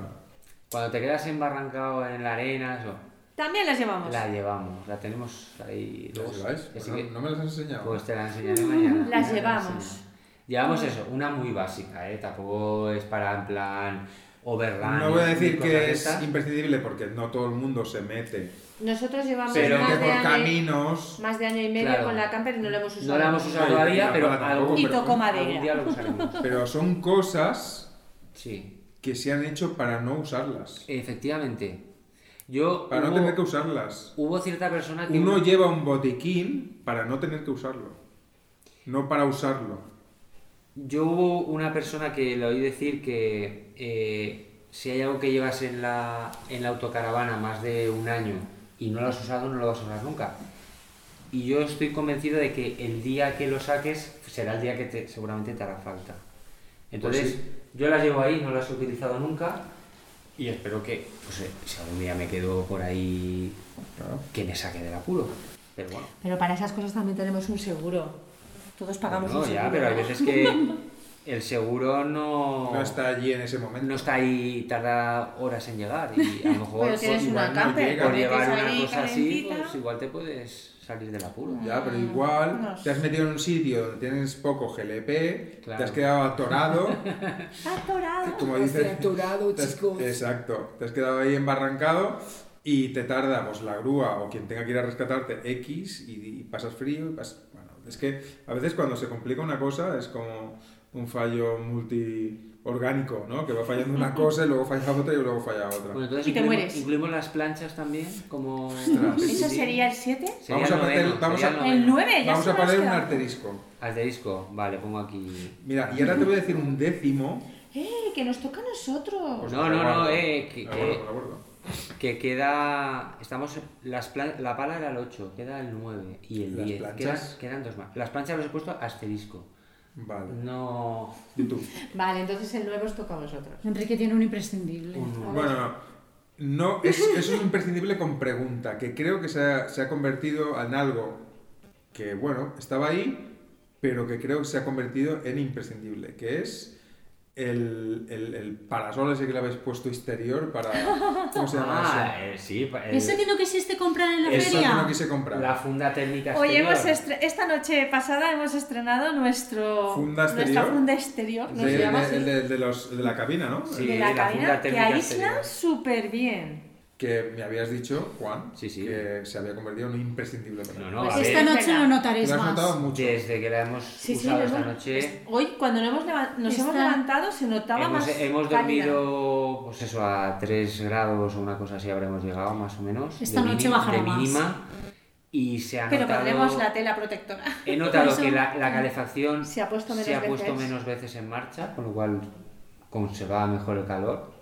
Cuando te quedas embarrancado en la arena, eso, También las llevamos. la llevamos, la tenemos ahí. ¿Las dos. lleváis? Así Pues que- no, no me las has enseñado. pues te la enseñaré mañana. Las te llevamos. enseñaré. Llevamos eso, una muy básica, ¿eh? Tampoco es para en plan overland. no voy a ni decir cosas de que es estas. imprescindible porque no todo el mundo se mete. Nosotros llevamos Pero que más, de por año, y- caminos... más de año y medio Claro. con la camper y no la hemos usado. No la hemos usado Ay, todavía, la pero pala algún, tampoco, Y tocó algún día madera. lo usaremos. Pero son cosas Sí, que se han hecho para no usarlas. efectivamente. Yo. Para no hubo- tener que usarlas. Hubo cierta persona que. Uno lleva un botiquín para no tener que usarlo. No para usarlo. Yo hubo una persona que le oí decir que eh, si hay algo que llevas en la, en la autocaravana más de un año y no lo has usado, no lo vas a usar nunca. Y yo estoy convencido de que el día que lo saques será el día que te- seguramente te hará falta. Entonces, Pues sí. yo las llevo ahí, no las he utilizado nunca y espero que, pues, eh, si algún día me quedo por ahí, que me saque del apuro. Pero bueno. Pero para esas cosas también tenemos un seguro. Todos pagamos No, un ya, seguro. pero hay veces que el seguro no, No está allí en ese no momento. está ahí, tarda horas en llegar y a lo mejor Pero pues, tienes por- igual una no camper, llega. por te metes llevar una ahí cosa así, calentita. pues igual te puedes salir del apuro. Ya, pero igual no te has metido en un sitio donde tienes poco GLP, te Claro. has quedado atorado, Ah, Atorado. como dices. Atorado, chicos. Exacto, te has quedado ahí embarrancado y te tarda pues, la grúa o quien tenga que ir a rescatarte X y, y pasas frío. Y pas- Bueno, es que a veces cuando se complica una cosa es como un fallo multiorgánico, ¿no? Que va fallando una cosa y luego falla otra y luego falla otra. Bueno, entonces Y te incluimos- mueres. incluimos las planchas también, como... Ostras. ¿Eso sería el 7? Sería Vamos a el meter- noveno, vamos sería a- el El noveno. 9, ya Vamos se a me has poner un quedado. arterisco. Asterisco, vale, pongo aquí... Mira, y ahora te voy a decir un décimo. ¡Eh! Que nos toca a nosotros. Pues No, me no, lo guardo. no, eh, Me que- lo guardo, que- me lo guardo. Que queda. Estamos. Las plan- la pala era el 8, queda el 9 y el Las 10. Quedan, planchas. quedan dos más. Las planchas los he puesto asterisco. Vale. No. ¿Y tú? Vale, entonces el 9 os toca a vosotros. Enrique tiene un imprescindible. Bueno, no, es, eso es imprescindible con pregunta, que creo que se ha, se ha convertido en algo que, bueno, estaba ahí, pero que creo que se ha convertido en imprescindible, que es el, el, el parasol ese que le habéis puesto exterior para... ¿Cómo se llama Ah, eso? eh, sí. pa- el- ¿Ese que no quisiste comprar en la Eso Eso que feria? no quise comprar. La funda técnica Hoy exterior. hemos estre- esta noche pasada hemos estrenado nuestro Funda nuestra exterior. funda exterior, nos De, llama así, de- de- de los, de la cabina, ¿no? Sí. de la la funda cabina que térmica aísla exterior. súper bien. que me habías dicho, Juan, Sí, sí. que se había convertido en un imprescindible para No, mí. no, a Pues ver, Esta noche Venga. lo Te notaréis lo has notado más. mucho. desde que la hemos Sí, sí, usado lo esta hemos- noche, Hoy, cuando nos hemos, leva- nos hemos Está- levantado, se notaba hemos, eh, más. hemos cálida. dormido, pues eso, a 3 grados o una cosa así habremos llegado, más o menos. Esta de noche mini- bajará de más. mínima. Y se ha Pero notado... pondremos la tela protectora. He notado Por eso- que la, la calefacción Se ha puesto menos se ha veces. puesto menos veces en marcha, con lo cual conservaba mejor el calor.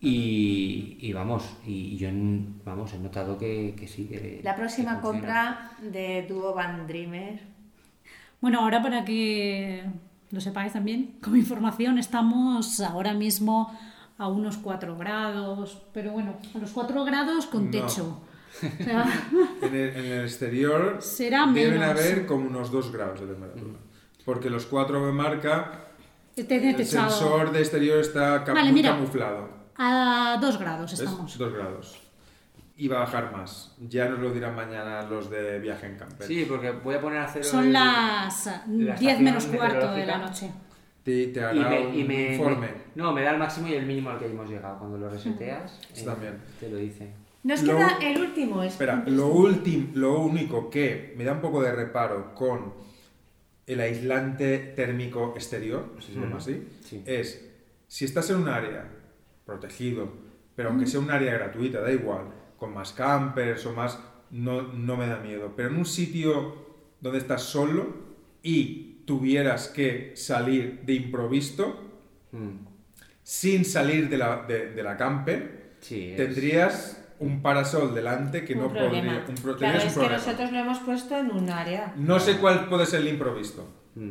Y, y vamos, y, y yo en- vamos, he notado que, que sí. que- La próxima que funciona. compra de Duo Van Dreamer. Bueno, ahora para que lo sepáis también, como información, estamos ahora mismo a unos 4 grados, pero bueno, a los 4 grados No. con techo. O sea, En el, en el exterior Será deben menos. haber como unos 2 grados de temperatura. Porque los 4 me marca, te tiene el techado. sensor de exterior está cam- Vale, mira. camuflado. A 2 grados Es estamos. 2 grados. Y va a bajar más. Ya nos lo dirán mañana los de viaje en camper. Sí, porque voy a poner a cero. Son el- las la 10 menos estación cuarto de la meteorológica. noche. Te, te Y hará me, y un me- informe. no, me da el máximo y el mínimo al que hemos llegado. Cuando lo reseteas, eh, Eso Mm. también. te lo dice. Nos Lo- queda el último. es- Espera, lo último, lo único que me da un poco de reparo con el aislante térmico exterior, si se llama así, Sí. es si estás en un área protegido, pero aunque sea un área gratuita, da igual, con más campers o más, no, no me da miedo. Pero en un sitio donde estás solo y tuvieras que salir de improviso, Mm, sin salir de la, de, de la camper, Sí, es- tendrías un parasol delante que Un no problema. podría. Un claro, pro- tendrías un es que problema. nosotros lo hemos puesto en un área. No sé cuál puede ser el improviso. mm.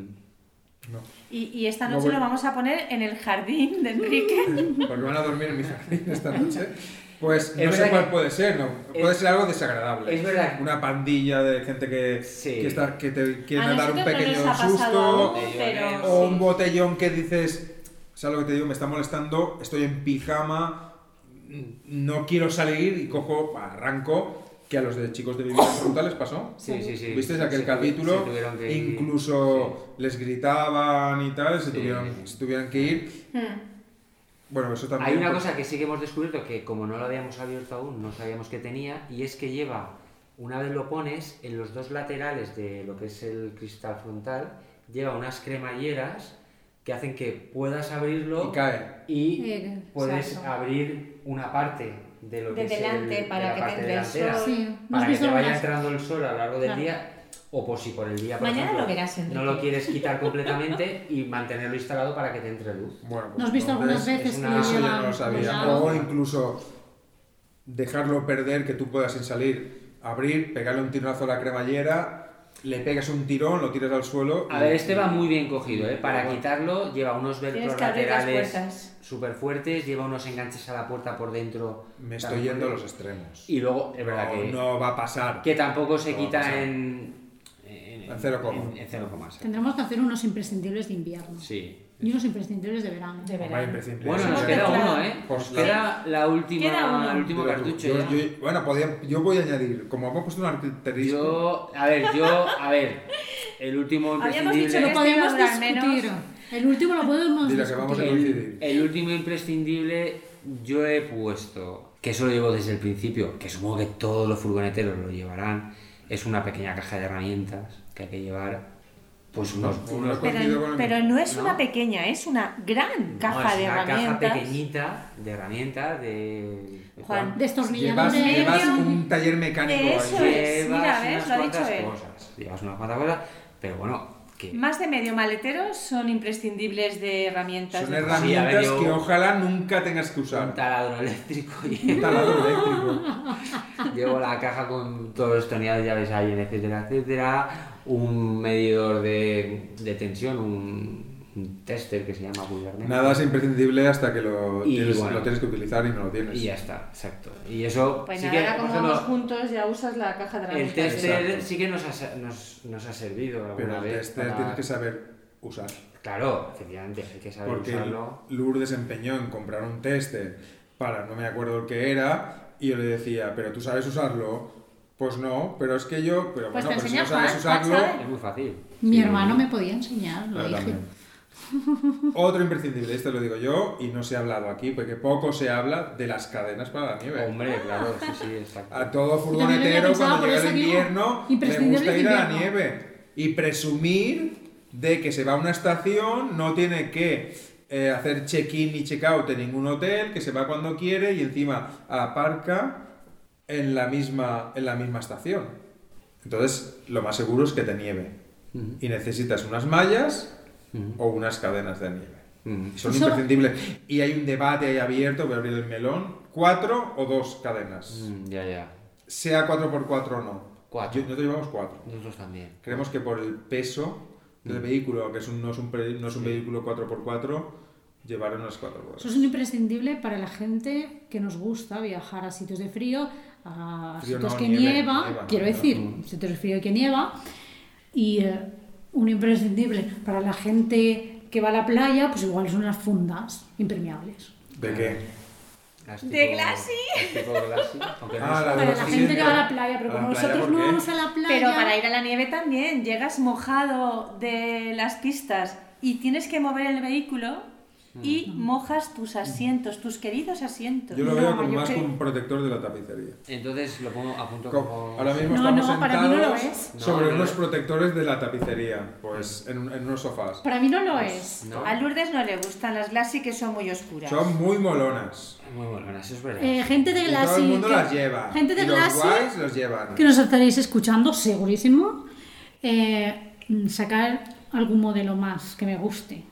No. Y, y esta No noche voy- lo vamos a poner en el jardín de Enrique. Porque van a dormir en mi jardín esta noche. Pues no Es sé verdad cuál que- puede ser, ¿no? Puede es- ser algo desagradable. es verdad. Una pandilla de gente que, Sí. que, está- que te quiere a dar nosotros un no pequeño nos ha pasado susto. aún, pero... O un sí. botellón que dices, ¿sabes lo que te digo? Me está molestando, estoy en pijama, no quiero salir y cojo, arranco, que a los de chicos de viviendas frontales pasó. Sí, sí, sí. ¿Visteis aquel Se tuvi- se capítulo? tuvieron que ir. Incluso les gritaban y tal, se, Sí. tuvieron, se tuvieron que ir. Hmm. Bueno, eso también. Hay una pues, cosa que sí que hemos descubierto que como no lo habíamos abierto aún, no sabíamos que tenía, y es que lleva, una vez lo pones, en los dos laterales de lo que es el cristal frontal, lleva unas cremalleras que hacen que puedas abrirlo Y cae. y Eh, puedes exacto. abrir una parte de lo De que delante, es el, para de la que te parte entre el delantera, sol. Sí, ¿no has para que visto te vaya algunas? entrando el sol a lo largo del Claro. día o por si por el día por Mañana ejemplo, lo verás, Enrique. no lo quieres quitar completamente y mantenerlo instalado para que te entre luz Bueno, pues ¿No has visto algunas entonces, veces que una- lo Eso ya llevan no lo sabía. colgado? O incluso dejarlo perder, que tú puedas sin salir, abrir, pegarle un tirazo a la cremallera, le pegas un tirón, lo tiras al suelo. A y- ver, este va muy bien cogido, ¿eh? Para Bueno. quitarlo lleva unos Tienes velcros que abrir las laterales puertas. súper fuertes, lleva unos enganches a la puerta por dentro. Me estoy también. yendo a los extremos. Y luego, es verdad no, que, no va a pasar. que tampoco se No va a pasar. quita en... En, En cero coma. en- en cero coma, sí. Tendremos que hacer unos imprescindibles de invierno Sí. y unos imprescindibles de verano. De Hombre, verano. imprescindible. Bueno, nos Sí, queda claro. uno, ¿eh? Pues Nos la- queda la última, Queda uno. el último Dilo tú. cartucho Yo- ya. yo- bueno, podía- yo voy a añadir, como hemos puesto un arterisco, Yo- a ver, yo, a ver, el último Habíamos imprescindible... dicho Lo Este podemos va a durar menos. discutir. El último lo podemos Dile que discutir. vamos a El, coincidir. el último imprescindible yo he puesto, que eso lo llevo desde el principio, que supongo que todos los furgoneteros lo llevarán, es una pequeña caja de herramientas que hay que llevar, pues unos... Uno unos- con- Coincido Pero, el pero no es ¿no? una pequeña, es una gran no, caja es de una caja herramientas. pequeñita de herramientas de... Juan, llevas, Destornilladores. llevas un taller mecánico Eso ahí. es, mira, llevas ves, unas lo ha cuantas dicho él. cosas, llevas unas cuantas cosas, pero bueno, que... Más de medio maletero son imprescindibles de herramientas. Son de- Sí, a herramientas ver, yo- que ojalá nunca tengas que Un usar. taladro eléctrico y... Un taladro eléctrico. Llevo la caja con todos los tornillos, llaves ahí, etcétera, etcétera. Un medidor de, de tensión, un, un tester que se llama vulgarmente. Nada es imprescindible hasta que lo, Y tienes, bueno. lo tienes que utilizar y no lo tienes. Y ya está, exacto. Y eso Pues sí nada, que, ahora por como ejemplo, vamos juntos ya usas la caja de el herramientas. tester Exacto. sí que nos ha, sa- nos, nos ha servido alguna Pero el vez. tester para- tienes que saber usar. Claro, efectivamente, hay que saber Porque usarlo. Lourdes empeñó en comprar un tester para no me acuerdo el que era y yo le decía, pero tú sabes usarlo. Pues no, pero es que yo, pero Pues bueno, te pero si enseña no sabes Juan, Juan usarlo, sabe. Es muy fácil. Mi Sí. hermano me podía enseñar, lo Yo dije. también. Otro imprescindible, este lo digo yo y no se ha hablado aquí, porque poco se habla de las cadenas para la nieve. Hombre, claro, sí, sí, exacto. A todo Yo también lo había furgonetero pensado, cuando por llega eso el digo, invierno le imprescindible gusta es ir a la invierno. nieve y presumir de que se va a una estación, no tiene que eh, hacer check-in ni check-out en ningún hotel, que se va cuando quiere y encima aparca en la misma, en la misma estación. Entonces, lo más seguro es que te nieve Ujú. y necesitas unas mallas Ujú. o unas cadenas de nieve. Ujú. Son Eso- imprescindibles. Y hay un debate ahí abierto, voy a abrir el melón, cuatro o dos cadenas Mm, Ya, ya. sea 4x4 o no. Cuatro. Yo- Nosotros llevamos 4. Nosotros también. Creemos que por el peso del vehículo, que es un- no es un, pre- no es un vehículo 4x4, llevar unas 4 Eso ruedas. es un imprescindible para la gente que nos gusta viajar a sitios de frío, a Frío sitios no, que nieve, nieva, nieva, quiero nieva. Mm. decir, sitios de frío y que nieva, y eh, un imprescindible para la gente que va a la playa, pues igual son las fundas impermeables. ¿De qué? ¿De Glassy? Ah, la de Para los la gente que va a la siguientes. playa, pero ¿A la como playa nosotros por no qué? vamos a la playa, Pero para ir a la nieve también, llegas mojado de las pistas y tienes que mover el vehículo y Mm. mojas tus asientos, tus queridos asientos. Yo lo No, veo como yo más creo- como un protector de la tapicería. Entonces lo pongo a punto Co- como... Ahora mismo No, estamos no, para mí no lo sentados es. sobre No, no. unos protectores de la tapicería, pues en, un- en unos sofás. para mí no lo es. No. A Lourdes no le gustan las glassy que son muy oscuras. Son muy molonas. Muy bueno, eso es verdad. Eh, gente de Y todo el Glassy, mundo que- las lleva. gente de y los Glassy guays los llevan. que nos estaréis escuchando, segurísimo, eh, sacar algún modelo más que me guste.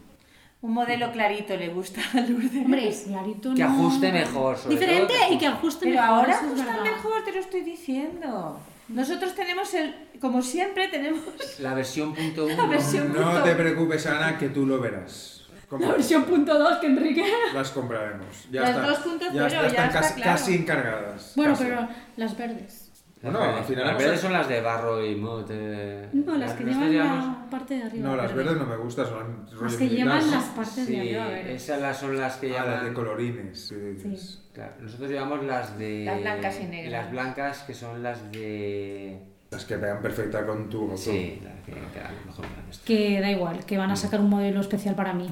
Un modelo clarito le gusta a Lourdes. Hombre, es clarito, Que no. ajuste mejor, sobre Diferente todo, que y que ajuste Pero mejor. ahora eso es ajustan verdad. mejor, te lo estoy diciendo. Nosotros tenemos el, como siempre, tenemos La versión punto uno. la versión No punto- te preocupes, Ana, que tú lo verás. Como- La versión punto dos que Enrique. Las compraremos. Ya Las están- 2.0 ya, ya están está casi, claro. casi encargadas. Bueno, casi. pero las verdes. Bueno, Las al verdes- final Las vamos a- verdes son las de barro y mud. eh. No, las que nosotros llevan llevamos- la parte de arriba. No, las verde. verdes no me gustan, son rollo Las que militar, llevan ¿no? las partes de Sí, arriba verdes. esas las- son las que Ah, llaman... las de colorines. sí, dices. Claro, nosotros llevamos las de... Las blancas y negras. Las blancas que son las de... Las que pegan perfecta con tu. Sí, las que quedan mejor que las nuestras. Que da igual, que van a sacar un modelo especial para mí.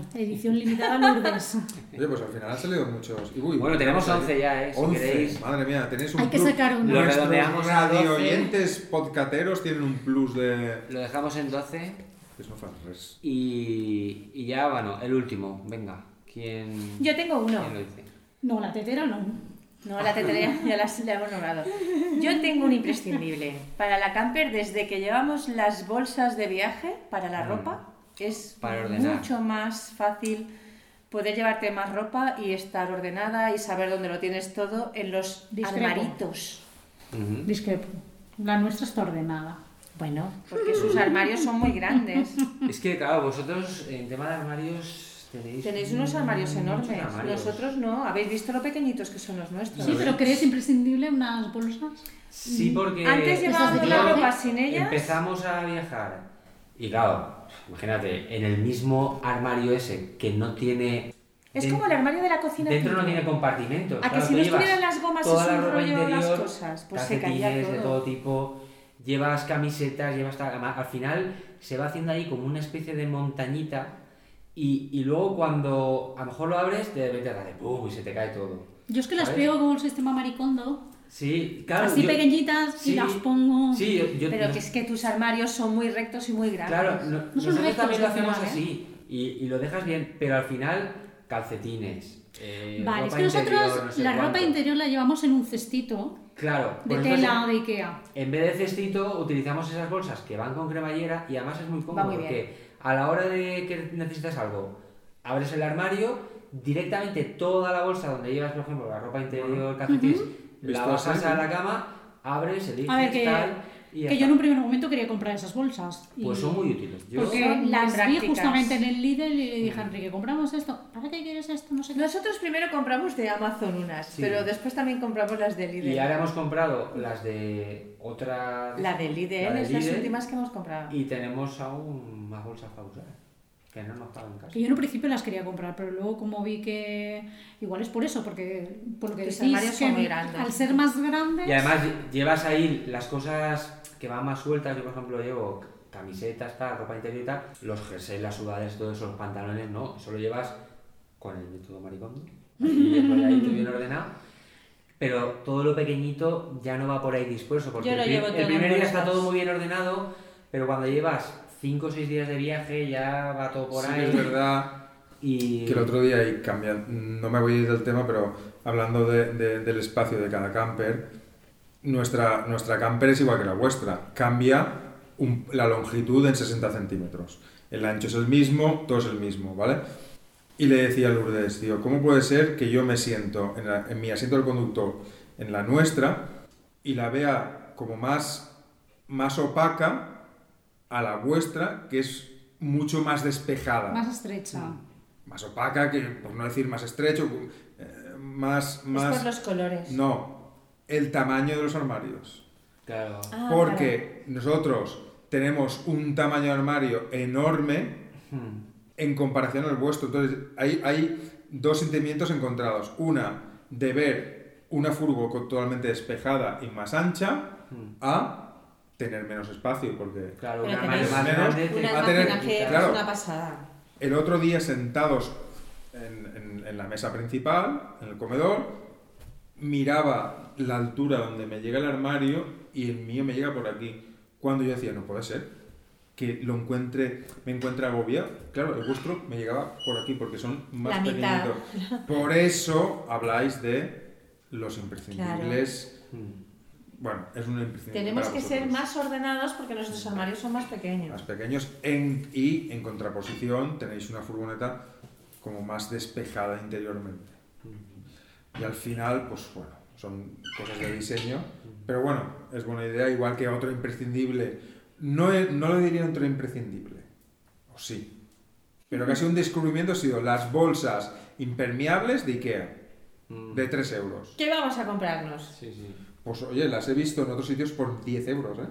Edición limitada Lourdes. Oye, pues al final han salido muchos. Y, uy, Bueno, tenemos vamos a ir. 11 ya, ¿eh? Si 11, queréis. Madre mía, tenéis un Hay que plus. sacar uno. Lo Nuestros redondeamos a 12. radio oyentes podcateros tienen un plus de. Lo dejamos en 12 Eso no faz res. y, y ya, bueno, el último. Venga, ¿quién, Yo tengo uno. quién lo dice? No, la tetera no. No, la tetera ya las le hemos nombrado. Yo tengo un imprescindible. Para la camper, desde que llevamos las bolsas de viaje para la ropa, es Mm. Para ordenar. mucho más fácil poder llevarte más ropa y estar ordenada y saber dónde lo tienes todo en los Discrepo. armaritos. Ujú. Discrepo. La nuestra está ordenada. Bueno, porque sus armarios son muy grandes. Es que, claro, vosotros en tema de armarios tenéis. Tenéis unos armarios muchos enormes. armarios. Nosotros no. ¿Habéis visto lo pequeñitos que son los nuestros? Sí, pero ¿crees imprescindible unas bolsas? Sí, porque. mm, Antes Esas llevábamos de la viaje. ropa sin ellas. Empezamos a viajar. Y claro, imagínate, en el mismo armario ese que no tiene. Es den- como el armario de la cocina. Dentro no típica. tiene compartimentos. A que Claro, si tú no llevas estuvieran las gomas toda y la su ropa rollo, las interior, cosas, pues se caía calcetines de todo. todo tipo, llevas camisetas, llevas tal, ama- al final se va haciendo ahí como una especie de montañita y, y luego cuando a lo mejor lo abres te metes a pum y se te cae todo. Yo es que las ¿Sabes? pego como el sistema maricondo. Sí, claro. así Ah, yo- pequeñitas y sí, las pongo. Sí, yo, yo- Pero no- que es que tus armarios son muy rectos y muy grandes. Claro, no- pues, No son nosotros rectos, también lo al hacemos final, ¿eh? así y, y lo dejas bien, pero al final calcetines. eh, Vale, es ropa que nosotros interior, no sé la ropa cuánto. interior la llevamos en un cestito Claro, de pues tela entonces- de Ikea. En vez de cestito, utilizamos esas bolsas que van con cremallera y además es muy cómodo muy bien. porque a la hora de que necesitas algo, abres el armario, directamente toda la bolsa donde llevas, por ejemplo, la ropa interior, calcetines, la Visto bajas así, a ¿no? la cama, abres, eliges, A ver, que, tal, y ya que yo en está. un primer momento quería comprar esas bolsas. y- Pues son muy útiles. Yo- Porque Son muy las vi prácticas. justamente en el Lidl y le dije a Enrique, compramos esto. ¿Para qué quieres esto? No sé qué. Nosotros primero compramos de Amazon unas, Sí. pero después también compramos las de Lidl. Y ahora hemos comprado las de otra... La de Lidl la de es las Lidl, últimas que hemos comprado. Y tenemos aún más bolsas para usar, que no nos pagan casi. Que yo en un principio las quería comprar, pero luego como vi que... Igual es por eso, porque por lo que Tus decís, armarios son que muy grandes. al ser más grandes... Y además lle- llevas ahí las cosas que van más sueltas. Yo, por ejemplo, llevo camisetas, tal, ropa interior y tal, los jerseys, las sudaderas, todos esos pantalones, no, eso lo llevas con el método maricondo, y el rolladito bien ordenado, pero todo lo pequeñito ya no va por ahí dispuesto, porque Yo lo el, llevo el todo en primer día bolsas. está todo muy bien ordenado, pero cuando llevas 5 o 6 días de viaje ya va todo por Sí que ahí. es verdad Y... que el otro día, y cambiando, no me voy a ir del tema, pero hablando de- de- del espacio de cada camper, nuestra, nuestra camper es igual que la vuestra. Cambia un- la longitud en 60 centímetros. El ancho es el mismo, todo es el mismo, ¿vale? Y le decía a Lourdes, tío, ¿cómo puede ser que yo me siento en, la- en mi asiento del conductor, en la nuestra, y la vea como más, más opaca a la vuestra, que es mucho más despejada? Más estrecha. Mm. más opaca, que por no decir más estrecho, eh, más... más... Es por los colores. No, el tamaño de los armarios. Claro. Ah, Porque nosotros tenemos un tamaño de armario enorme Hmm. en comparación al vuestro. Entonces, hay, hay dos sentimientos encontrados. Una, de ver una furgo co- totalmente despejada y más ancha, a tener menos espacio, porque Claro, Pero una tenéis más menos grande te- Una va a máquina tener- que claro. es una pasada. El otro día sentados en, en- en la mesa principal, en el comedor, miraba la altura donde me llega el armario y el mío me llega por aquí. Cuando yo decía, no puede ser, que lo encuentre, me encuentre agobiado. Claro, el vuestro me llegaba por aquí porque son más La mitad. pequeñitos. Por eso habláis de los imprescindibles. Hmm. Bueno, es un imprescindible. Tenemos para que ser vosotros. más ordenados porque nuestros armarios son más pequeños. más pequeños en- y en contraposición tenéis una furgoneta como más despejada interiormente. Y al final, pues bueno, son cosas de diseño, pero bueno, es buena idea, igual que otro imprescindible. No, he- no lo diría otro imprescindible, o sí, pero casi un descubrimiento ha sido las bolsas impermeables de Ikea, Hmm. de 3 euros. ¿Qué vamos a comprarnos? Sí, sí. Pues oye, las he visto en otros sitios por 10 euros, ¿eh?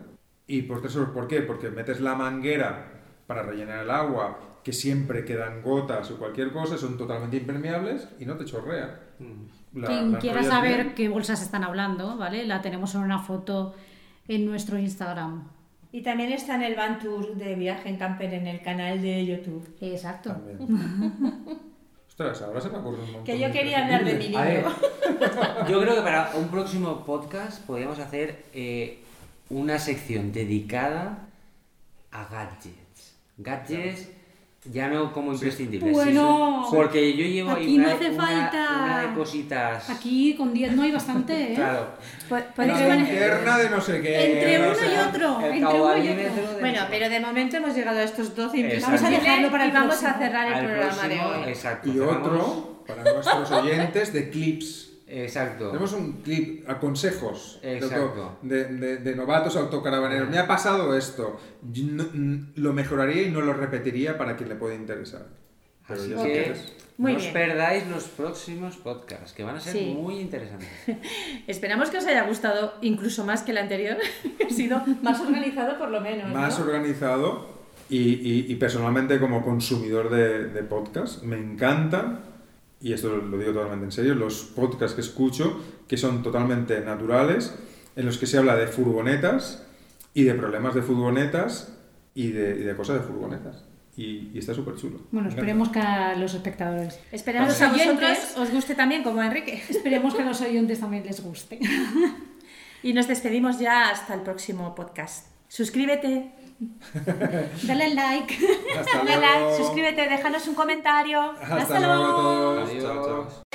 Y por 3 euros, ¿por qué? Porque metes la manguera para rellenar el agua, que siempre quedan gotas o cualquier cosa, son totalmente impermeables y no te chorrea. Hmm. Mm. La- Quien las quiera enrollas saber bien. qué bolsas están hablando, ¿vale? La tenemos en una foto en nuestro Instagram. Y también está en el Van Tour de viaje en camper en el canal de YouTube. Exacto. También. Ostras, ahora se me ocurre un montón Que yo de quería hablar de mi imprescindibles. A ver, libro. yo creo que para un próximo podcast podríamos hacer eh, una sección dedicada a gadgets. Gadgets ya no como imprescindibles. Bueno, sí, sí. porque yo llevo ahí aquí una, no hace una- falta. una de cositas. Aquí con 10 no hay bastante, ¿eh? Claro. Eh, La linterna de no sé qué. Entre no uno sé y qué. otro. El entre uno y caudalímetro otro. de- Bueno, pero de momento hemos llegado a estos 12 imprescindibles. Vamos Exacto. a dejarlo para el Y vamos próximo. a cerrar Al próximo, Exacto. Y cerramos- otro, para nuestros oyentes, de clips. Exacto. Tenemos un clip a consejos de auto- Exacto. De, de- de novatos autocaravaneros. Me ha pasado esto. Yo no- mm, lo mejoraría y no lo repetiría para quien le pueda interesar. Pero Así ya que sabes. Muy no os bien. perdáis los próximos podcasts, que van a ser Sí. muy interesantes. Esperamos que os haya gustado incluso más que el anterior, que ha sido Más organizado por lo menos. más ¿no? organizado y, y- y personalmente como consumidor de, de podcast me encanta y esto lo digo totalmente en serio los podcasts que escucho que son totalmente naturales en los que se habla de furgonetas y de problemas de furgonetas y de, y de cosas de furgonetas y, y está súper chulo Bueno, esperemos que a los espectadores, Esperamos a Vamos. vosotros os guste también como a Enrique. esperemos que a los oyentes también les guste. Y nos despedimos ya hasta el próximo podcast. Suscríbete, Dale al like. hasta dale like, luego suscríbete, déjanos un comentario. hasta, luego a todos Adiós. Chao, chao.